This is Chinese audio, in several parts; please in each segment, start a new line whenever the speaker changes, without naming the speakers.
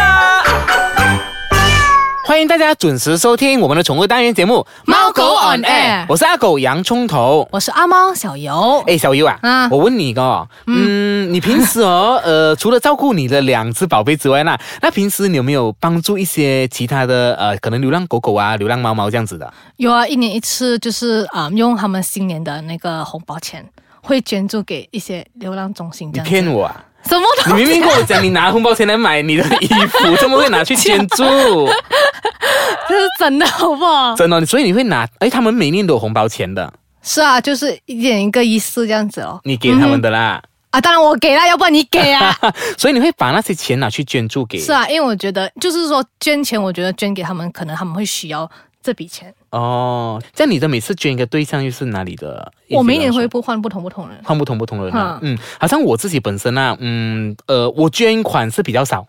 啊
欢迎大家准时收听我们的宠物单元节目《
猫狗 on air
我是阿狗洋葱头。
我是阿猫小游。
哎，小优啊，
啊
我问你一个哦，嗯，你平时哦，呃，除了照顾你的两只宝贝之外呢，那平时你有没有帮助一些其他的呃，可能流浪狗狗啊、流浪猫猫这样子的？
有啊，一年一次，就是啊、用他们新年的那个红包钱，会捐助给一些流浪中心这
你
样子。
骗我啊！
什么
你
东
明
西？
明跟我讲你拿红包钱来买你的衣服，怎么会拿去捐 助？
这是真的好不好？
真的、所以你会拿？哎，他们每年都有红包钱的，
是啊，就是一点一个意思这样子哦。
你给他们的啦。
啊，当然我给啦，要不然你给 啊。
所以你会把那些钱拿去捐助给？
是啊，因为我觉得就是说捐钱，我觉得捐给他们，可能他们会需要这笔钱。
哦，这样你的每次捐一个对象又是哪里的？
我每年会不换不同不同人。
换不同不同人啊。嗯，好像我自己本身啊，嗯呃，我捐款是比较少。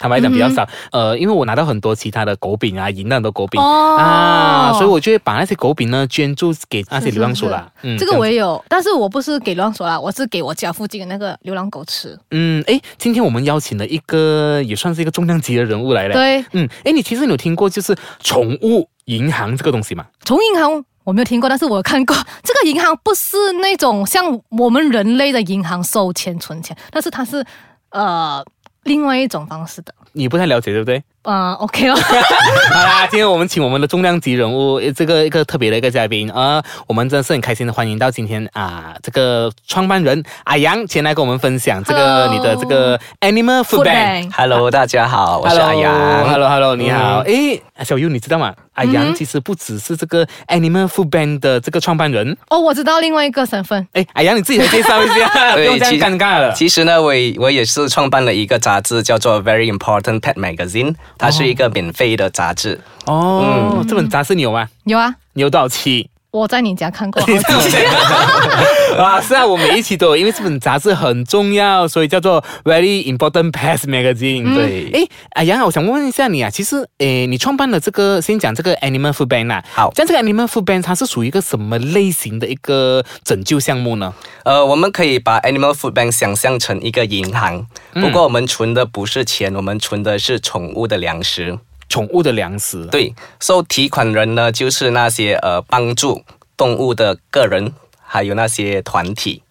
坦
嗯
白讲比较少，呃，因为我拿到很多其他的狗饼啊，赢了很多狗饼、
哦
啊，所以我就会把那些狗饼呢捐助给那些流浪鼠啦。嗯
这个我
也
也有，但是我不是给流浪所啦，我是给我家附近的那个流浪狗吃。
嗯，诶，今天我们邀请了一个也算是一个重量级的人物来了。，
对，
嗯，诶，你其实你有听过就是宠物银行这个东西吗？
从银行我没有听过，但是我有看过。这个银行不是那种像我们人类的银行收钱存钱，但是它是呃另外一种方式的。
你不太了解，对不对？
嗯、o k 哦，
好啦，今天我们请我们的重量级人物，呃这个一个特别的一个嘉宾啊、呃我们真的是很开心的欢迎到今天啊、这个创办人阿阳前来跟我们分享这个
Hello
你的这个 Animal Food Bank。
！Hello，大家好，我是阿阳。
Hello，Hello，Hello，你
嗯
好。诶，小优，你知道吗？阿阳其实不只是这个 Animal Food Bank 的这个创办人。
哦，我知道另外一个身份，
诶，阿阳你自己来介绍一 下，不
对
用这
其
样尴尬了。
其实呢，我也我也是创办了一个杂志，叫做《Very Important Pet Magazine》，它是一个免费的杂志。
哦，
嗯
这本杂志你有吗？
有啊，
你有多少期？
我在你家看过。
你这样
哦
讲啊，是啊，我每一期都有，因为这本杂志很重要，所以叫做 Very Important Pets Magazine、对，诶，啊，杨啊，我想问一下你啊，其实，诶，你创办了这个，先讲这个 Animal Food Bank 啊，
好
像这个 Animal Food Bank 它是属于一个什么类型的一个拯救项目呢？
呃，我们可以把 Animal Food Bank 想象成一个银行，
嗯
不过我们存的不是钱，我们存的是宠物的粮食。
宠物的粮食，，
对，受、提款人呢，就是那些呃帮助动物的个人，还有那些团体。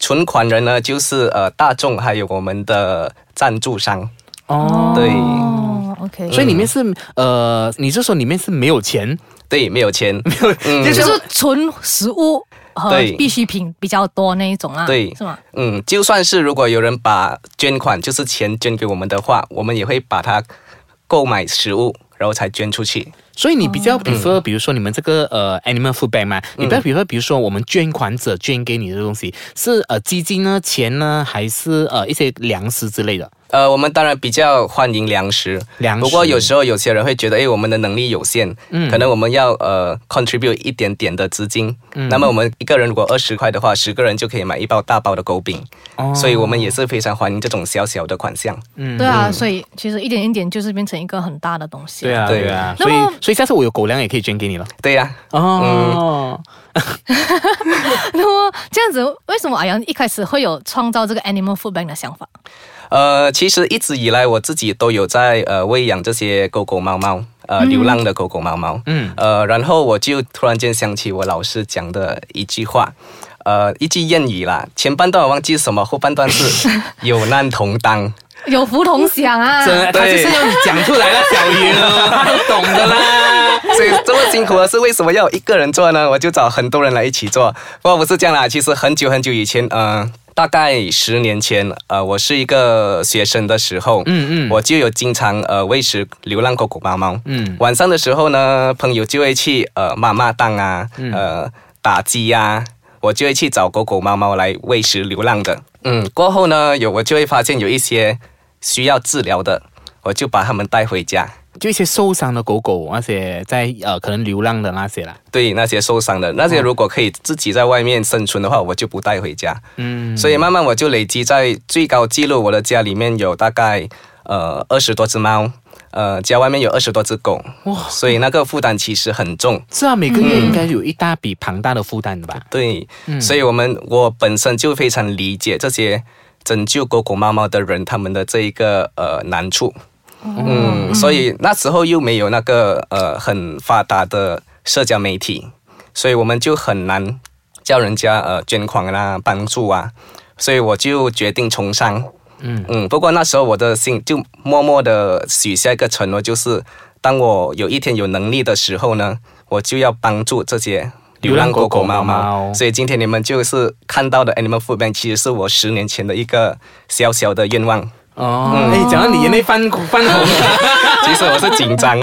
存款人呢，就是呃大众，还有我们的赞助商。
哦，
对、
哦，OK，
所以里面是、呃，你是说里面是没有钱？
对，没有钱，
嗯就就是纯食物和
对
必需品比较多那一种啊，
对
是吗？
嗯，就算是如果有人把捐款，就是钱捐给我们的话，我们也会把它购买食物，然后才捐出去。
所以你比较 prefer，、比如说你们这个呃 animal food bank 嘛，你比较 prefer，比如说我们捐款者捐给你的东西是呃基金呢、钱呢，还是呃一些粮食之类的？
呃，我们当然比较欢迎粮食，
粮食
不过有时候有些人会觉得，哎，我们的能力有限，
嗯
可能我们要呃 contribute 一点点的资金。
嗯
那么我们一个人如果二十块的话，十个人就可以买一包大包的狗饼，
哦
所以我们也是非常欢迎这种小小的款项。
对啊，所以其实一点一点就是变成一个很大的东西。
对啊，
对
对啊，
那
所以
么
所以下次我有狗粮也可以捐给你了。
对呀、
哦，
那么这样子，为什么阿阳一开始会有创造这个 Animal Food Bank 的想法？
呃，其实一直以来我自己都有在呃喂养这些狗狗猫猫，呃，流浪的狗狗猫猫。
嗯，
呃，然后我就突然间想起我老师讲的一句话，呃，一句谚语啦，前半段我忘记是什么，后半段 是有难同当。
有福同享啊！
真的，他就
对
是要你讲出来了，小鱼，他都懂的啦。
所以这么辛苦的事，为什么要我一个人做呢？我就找很多人来一起做。不过不是这样啦，其实很久很久以前，呃，大概十年前，呃，我是一个学生的时候，
嗯嗯
我就有经常呃喂食流浪狗狗猫猫。
嗯
晚上的时候呢，朋友就会去呃妈妈档啊，
嗯
呃打鸡呀、我就会去找狗狗猫猫来喂食流浪的。嗯，过后呢，有我就会发现有一些需要治疗的，我就把它们带回家。
就一些受伤的狗狗，啊那些在呃可能流浪的那些啦。
对那些受伤的，那
哦
些如果可以自己在外面生存的话，我就不带回家。
嗯，
所以慢慢我就累积在最高记录，我的家里面有大概呃二十多只猫，呃，家外面有二十多只狗，
哇
所以那个负担其实很重。
是啊，每个月应该有一大笔庞大的负担的吧？
对，
嗯
所以我们我本身就非常理解这些拯救狗狗猫猫的人他们的这一个呃难处。嗯，所以那时候又没有那个呃很发达的社交媒体，所以我们就很难叫人家呃捐款啦、帮助啊，所以我就决定从商。嗯嗯，不过那时候我的心就默默的许下一个承诺，就是当我有一天有能力的时候呢，我就要帮助这些流浪狗狗猫
流浪狗狗猫
猫。
猫
所以今天你们就是看到的 Animal Food Bank，其实是我十年前的一个小小的愿望。
哦，哎、讲到你眼泪翻翻红了，
其实我是紧张。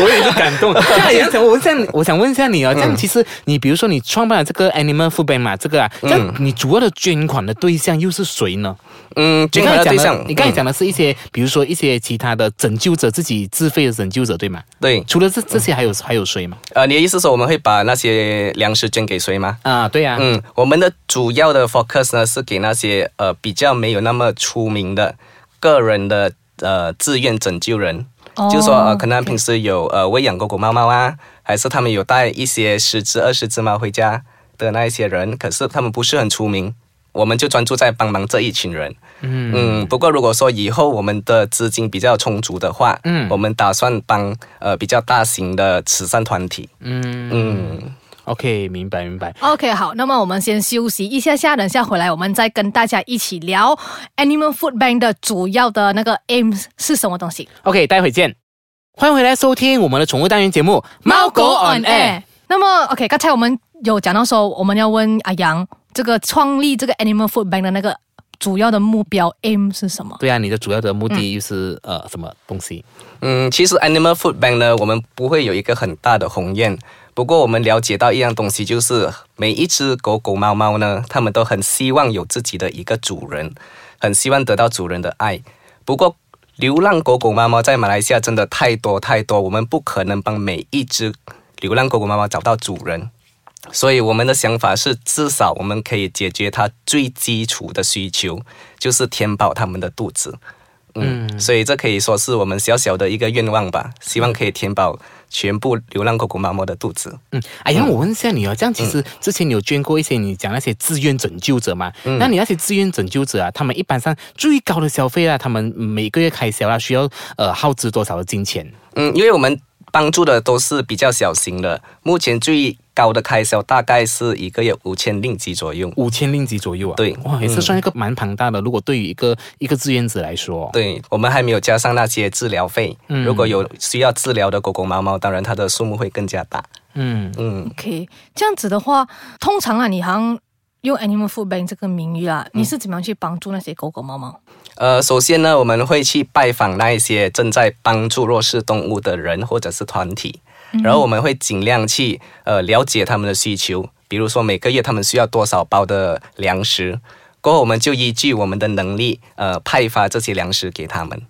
我也是感 动。这样杨想，我这样，我想问一下你哦，这样其实你比如说你创办了这个 Animal Food Bank 嘛，这个啊，这样你主要的捐款的对象又是谁呢？
嗯，
你
捐
刚
款的对
才讲的，
象，
你刚才
嗯
讲的是一些，比如说一些其他的拯救者，自己自费的拯救者，对吗？
对，
除了这这些，还有还有谁吗？
呃，你的意思是我们会把那些粮食捐给谁吗？
啊，对呀、啊，
嗯，我们的主要的 focus 呢是给那些呃比较没有那么出名的个人的呃志愿拯救人，
哦
就是说呃可能
OK
平时有呃喂养狗狗猫猫啊，还是他们有带一些十只二十只猫回家的那一些人，可是他们不是很出名。我们就专注在帮忙这一群人，嗯不过如果说以后我们的资金比较充足的话，
嗯
我们打算帮呃比较大型的慈善团体，
嗯
嗯，
，OK，明白明白。
OK，好，那么我们先休息一下下，等下回来我们再跟大家一起聊 Animal Food Bank 的主要的那个 aim 是什么东西。
OK，待会见。欢迎回来收听我们的宠物单元节目《猫狗 on air》。。
那么 OK，刚才我们有讲到说，我们要问阿阳这个创立这个 Animal Food Bank 的那个主要的目标 aim 是什么？
对啊，你的主要的目的又是、呃什么东西？
嗯，其实 Animal Food Bank 呢，我们不会有一个很大的鸿雁。不过我们了解到一样东西，就是每一只狗狗、猫猫呢，它们都很希望有自己的一个主人，很希望得到主人的爱。不过，流浪狗狗、猫猫在马来西亚真的太多太多，我们不可能帮每一只流浪狗狗、猫猫找到主人。所以我们的想法是，至少我们可以解决它最基础的需求，就是填饱它们的肚子。嗯，所以这可以说是我们小小的一个愿望吧，希望可以填饱全部流浪狗狗、猫猫的肚子。
嗯，哎呀，我问一下你哦，这样其
嗯
实之前你有捐过一些，你讲那些志愿拯救者嘛？
嗯
那你那些志愿拯救者啊，他们一般上最高的消费啊，他们每个月开销啊，需要呃耗资多少的金钱？
嗯，因为我们帮助的都是比较小型的，目前最高的开销大概是一个月五千令吉左右。
五千令吉左右啊？
对嗯
哇，也是算一个蛮庞大的。如果对于一个一个志愿者来说，
对我们还没有加上那些治疗费，如果有需要治疗的狗狗、猫猫，当然它的数目会更加大。
嗯，
嗯，
OK，这样子的话，通常啊，你好像用 Animal Food Bank 这个名义啦，你是怎么样去帮助那些狗狗猫猫？
呃，首先呢，我们会去拜访那一些正在帮助弱势动物的人或者是团体，然后我们会尽量去呃了解他们的需求，比如说每个月他们需要多少包的粮食，过后我们就依据我们的能力呃派发这些粮食给他们。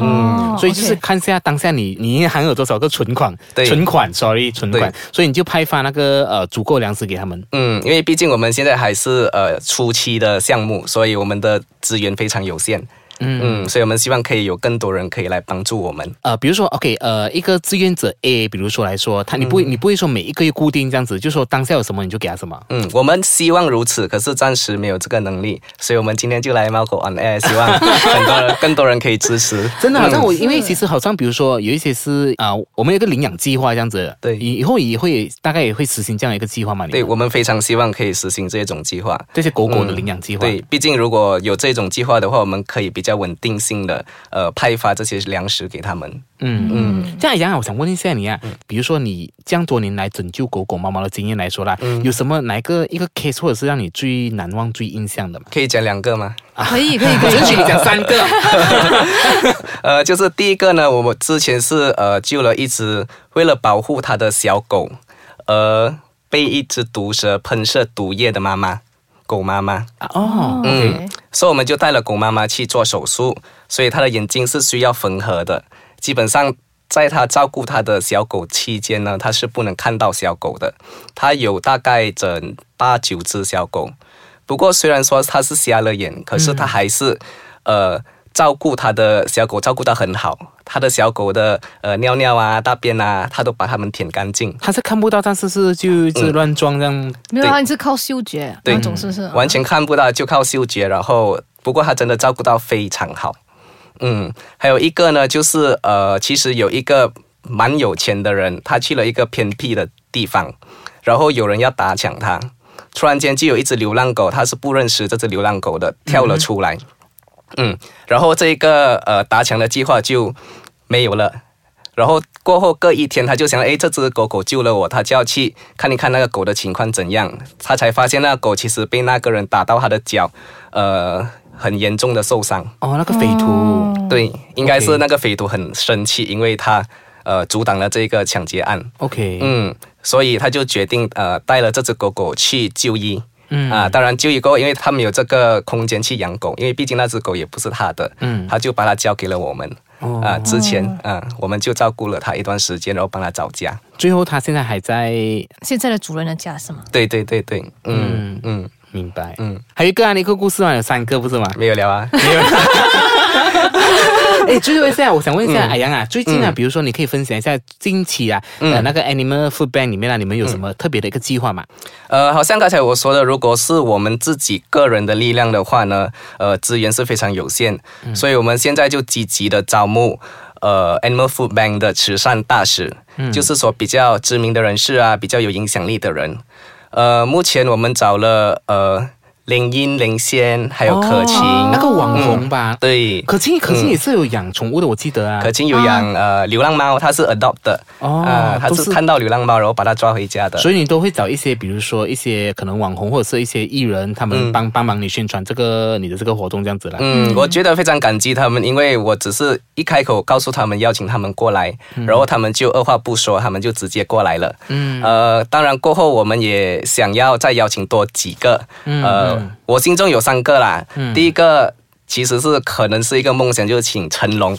嗯
所以就是看下当下你你银行有多少个存款，
对
存款，sorry，存款
对，
所以你就派发那个呃足够粮食给他们。
嗯，因为毕竟我们现在还是呃初期的项目，所以我们的资源非常有限。嗯，所以我们希望可以有更多人可以来帮助我们。
呃，比如说，OK，呃，一个志愿者 A，比如说来说，他你
嗯
不会、你不会说每一个月固定这样子，就说当下有什么你就给他什么。
嗯，我们希望如此，可是暂时没有这个能力，所以我们今天就来猫狗 on air，希望很多人更多人可以支持。
真的，好像我、因为
是
其实好像比如说有一些是啊、呃我们有一个领养计划这样子，
对
以以后也会大概也会实行这样一个计划嘛。你
对
们
我们非常希望可以实行这种计划。
这些狗狗的领养计
嗯
划，
对，毕竟如果有这种计划的话，我们可以比较稳定性的呃派发这些粮食给他们。
嗯嗯，这样杨啊，我想问一下你啊，
嗯
比如说你这样多年来拯救狗狗、猫猫的经验来说啦，
嗯
有什么哪一个一个 case 或者是让你最难忘、最印象的吗？
可以讲两个 吗？
可以，可以，可
我
以。
允许你讲三个。
呃，就是第一个呢，我们之前是呃救了一只为了保护它的小狗，而被一只毒蛇喷射毒液的妈妈，狗妈妈，
啊哦，
嗯，
所以我们就带了狗妈妈去做手术，所以它的眼睛是需要缝合的。基本上在它照顾它的小狗期间呢，它是不能看到小狗的。它有大概整八九只小狗，不过虽然说它是瞎了眼，可是它还是、呃照顾他的小狗，照顾得很好，他的小狗的呃尿尿啊、大便啊，他都把它们舔干净，
他是看不到，但是是就一直乱撞这样。
没有啊，
对
你是靠嗅觉
对嗯
那种，是不啊是？
完全看不到，就靠嗅觉。然后，不过他真的照顾到非常好。嗯，还有一个呢，就是呃，其实有一个蛮有钱的人，他去了一个偏僻的地方，然后有人要打抢他，突然间就有一只流浪狗，他是不认识这只流浪狗的，跳了出来。嗯然后这个呃打抢的计划就没有了。然后过后隔一天，他就想，哎，这只狗狗救了我，他就要去看一看那个狗的情况怎样。他才发现那个狗其实被那个人打到他的脚，呃，很严重的受伤。
哦，那个匪徒。
对，应该
OK
是那个匪徒很生气，因为他呃阻挡了这个抢劫案。
OK，
嗯，所以他就决定呃带了这只狗狗去就医。
嗯
啊，当然就医过后，因为他们有这个空间去养狗，因为毕竟那只狗也不是他的，
嗯
他就把它交给了我们。
哦
啊，之前啊，我们就照顾了它一段时间，然后帮它找家。
最后他现在还在，
哦现在的主人的家是吗？
对对对对，嗯嗯，
明白。
嗯，
还有一个啊，那个故事嘛，有三个不是吗？
没有聊啊，
哎，最后一下，我想问一
嗯
下阿阳啊，最近啊，比如说你可以分享一下近期啊，
嗯
呃，那个 Animal Food Bank 里面啊，你们有什么特别的一个计划吗？
呃，好像刚才我说的，如果是我们自己个人的力量的话呢，呃，资源是非常有限，
嗯
所以我们现在就积极的招募。呃，Animal Food Bank 的慈善大使，
嗯
就是说比较知名的人士啊，比较有影响力的人。呃，目前我们找了呃林英、林仙，还有可晴，
哦那个网红吧。
对，
可晴，可晴
嗯
也是有养宠物的，我记得啊。
可晴有养、呃流浪猫，它是 adopt 的，
哦
啊它
都是
是看到流浪猫然后把它抓回家的，
所以你都会找一些，比如说一些可能网红或者是一些艺人，他们
嗯
帮、帮忙你宣传这个你的这个活动这样子啦。
嗯，我觉得非常感激他们，因为我只是一开口告诉他们邀请他们过来，然后他们就二话不说，他们就直接过来了。嗯，呃，当然过后我们也想要再邀请多几个，呃，我心中有三个啦，第一个其实是可能是一个梦想，就是请成龙，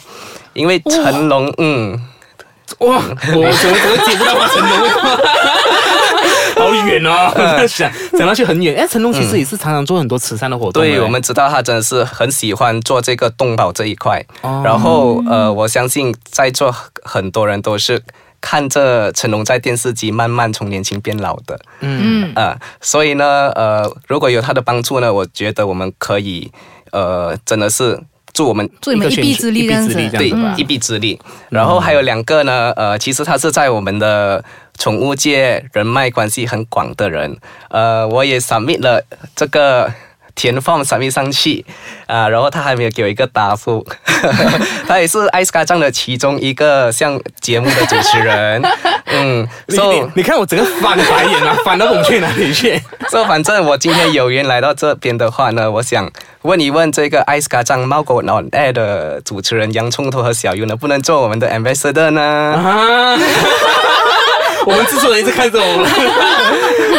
因为成龙，嗯。
哇，我怎么怎么解不到吗？成龙，好远
嗯
哦，想想到去很远。哎，成龙其实也是常常做很多慈善的活动的。
对，我们知道他真的是很喜欢做这个动保这一块。
哦
然后呃，我相信在座很多人都是看着成龙在电视机慢慢从年轻变老的。
嗯，
啊，所以呢，呃，如果有他的帮助呢，我觉得我们可以，呃，真的是助我们
助你们一
选
臂
手
之力
一
这
臂
样子
之力这
对
样子吧。
一臂之力。然后还有两个呢，呃，其实他是在我们的宠物界人脉关系很广的人，呃，我也 submit 了这个。填放 submit 上去啊，然后他还没有给我一个答 复。他也是艾斯卡酱的其中一个像节目的主持 人，嗯，
哎你
所以。
你你看我整个翻白眼啊，翻到我去哪里去？
所以反正我今天有缘来到这边的话呢，我想问一问这个艾斯卡藏猫狗 on air 的主持人洋葱头和小优能不能做我们的 ambassador 呢？
啊！ 我们制作人一直看着我们，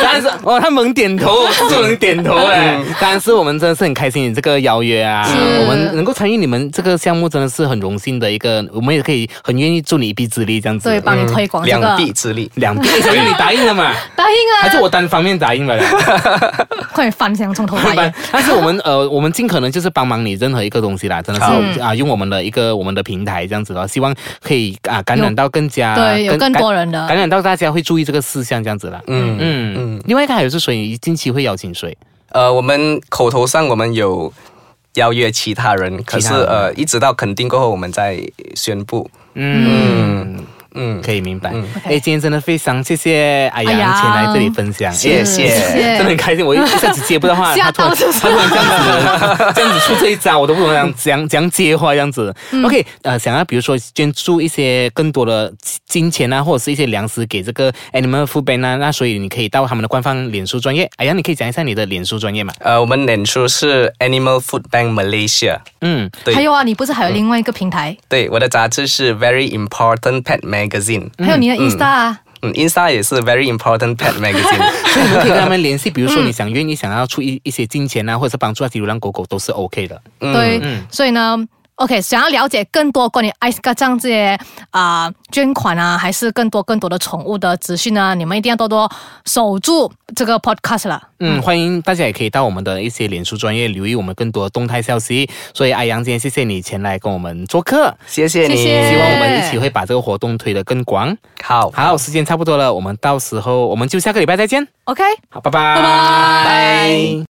当然是 哦，他猛点头，制作人点头哎，当然是我们真的是很开心你这个邀约啊，
是
我们能够参与你们这个项目真的是很荣幸的一个，我们也可以很愿意助你一臂之力这样子，嗯
对，帮你推广这个
嗯两，臂之力。
两臂，所以你答应了嘛？
答应
还是
啊，
我单方面答应了啦？
快点翻箱 从头来
对吧？但是我们呃， 我们尽可能就是帮忙你任何一个东西啦，真的是啊，用我们的一个我们的平台这样子咯，希望可以啊感染到更加
对，有更多
人
人的
感，染到大家会注意这个事项这样子啦。
嗯嗯，
嗯嗯，另外一个还有是谁近期会邀请谁？
呃，我们口头上我们有邀约其他人，可是
其他人
呃，一直到肯定过后我们再宣布。
嗯，
嗯，
可以明白。哎，
OK
今天真的非常谢谢阿阳
哎呀
前来这里分享，哎
谢谢
真的很开心，我一一下子接不到话，
吓
他突然
到是不
他突 然这样子，这样子出这一招，我都不懂讲讲讲接话这样 子。OK，呃，
嗯
想要比如说捐助一些更多的金钱啊，或者是一些粮食给这个 Animal Food Bank 啊，那所以你可以到他们的官方脸书专业。哎呀，你可以讲一下你的脸书专业嘛？
呃，我们脸书是 Animal Food Bank Malaysia，
嗯，
对
还有啊，你不是还有另外一个平台，
对，我的杂志是 Very Important Pet Magazine，
还有你的 Insta 啊，
嗯，Insta 也是 Very Important Pet Magazine。
所以 你们可以跟他们联系，比如说
嗯
你想愿意想要出一一些金钱啊，或者是帮助那些流浪狗狗都是 OK 的。
对，所以呢。 OK，想要了解更多关于 Ice g a 这样这些啊、捐款啊，还是更多更多的宠物的资讯啊呢？你们一定要多多守住这个 Podcast 了。
嗯，欢迎大家也可以到我们的一些脸书专业留意我们更多的动态消息。所以，阿阳今天谢谢你前来跟我们做客，
谢谢你，
谢谢
希望我们一起会把这个活动推得更广。
好，
好，时间差不多了，我们到时候我们就下个礼拜再见。
OK，
好，拜拜，
拜拜
拜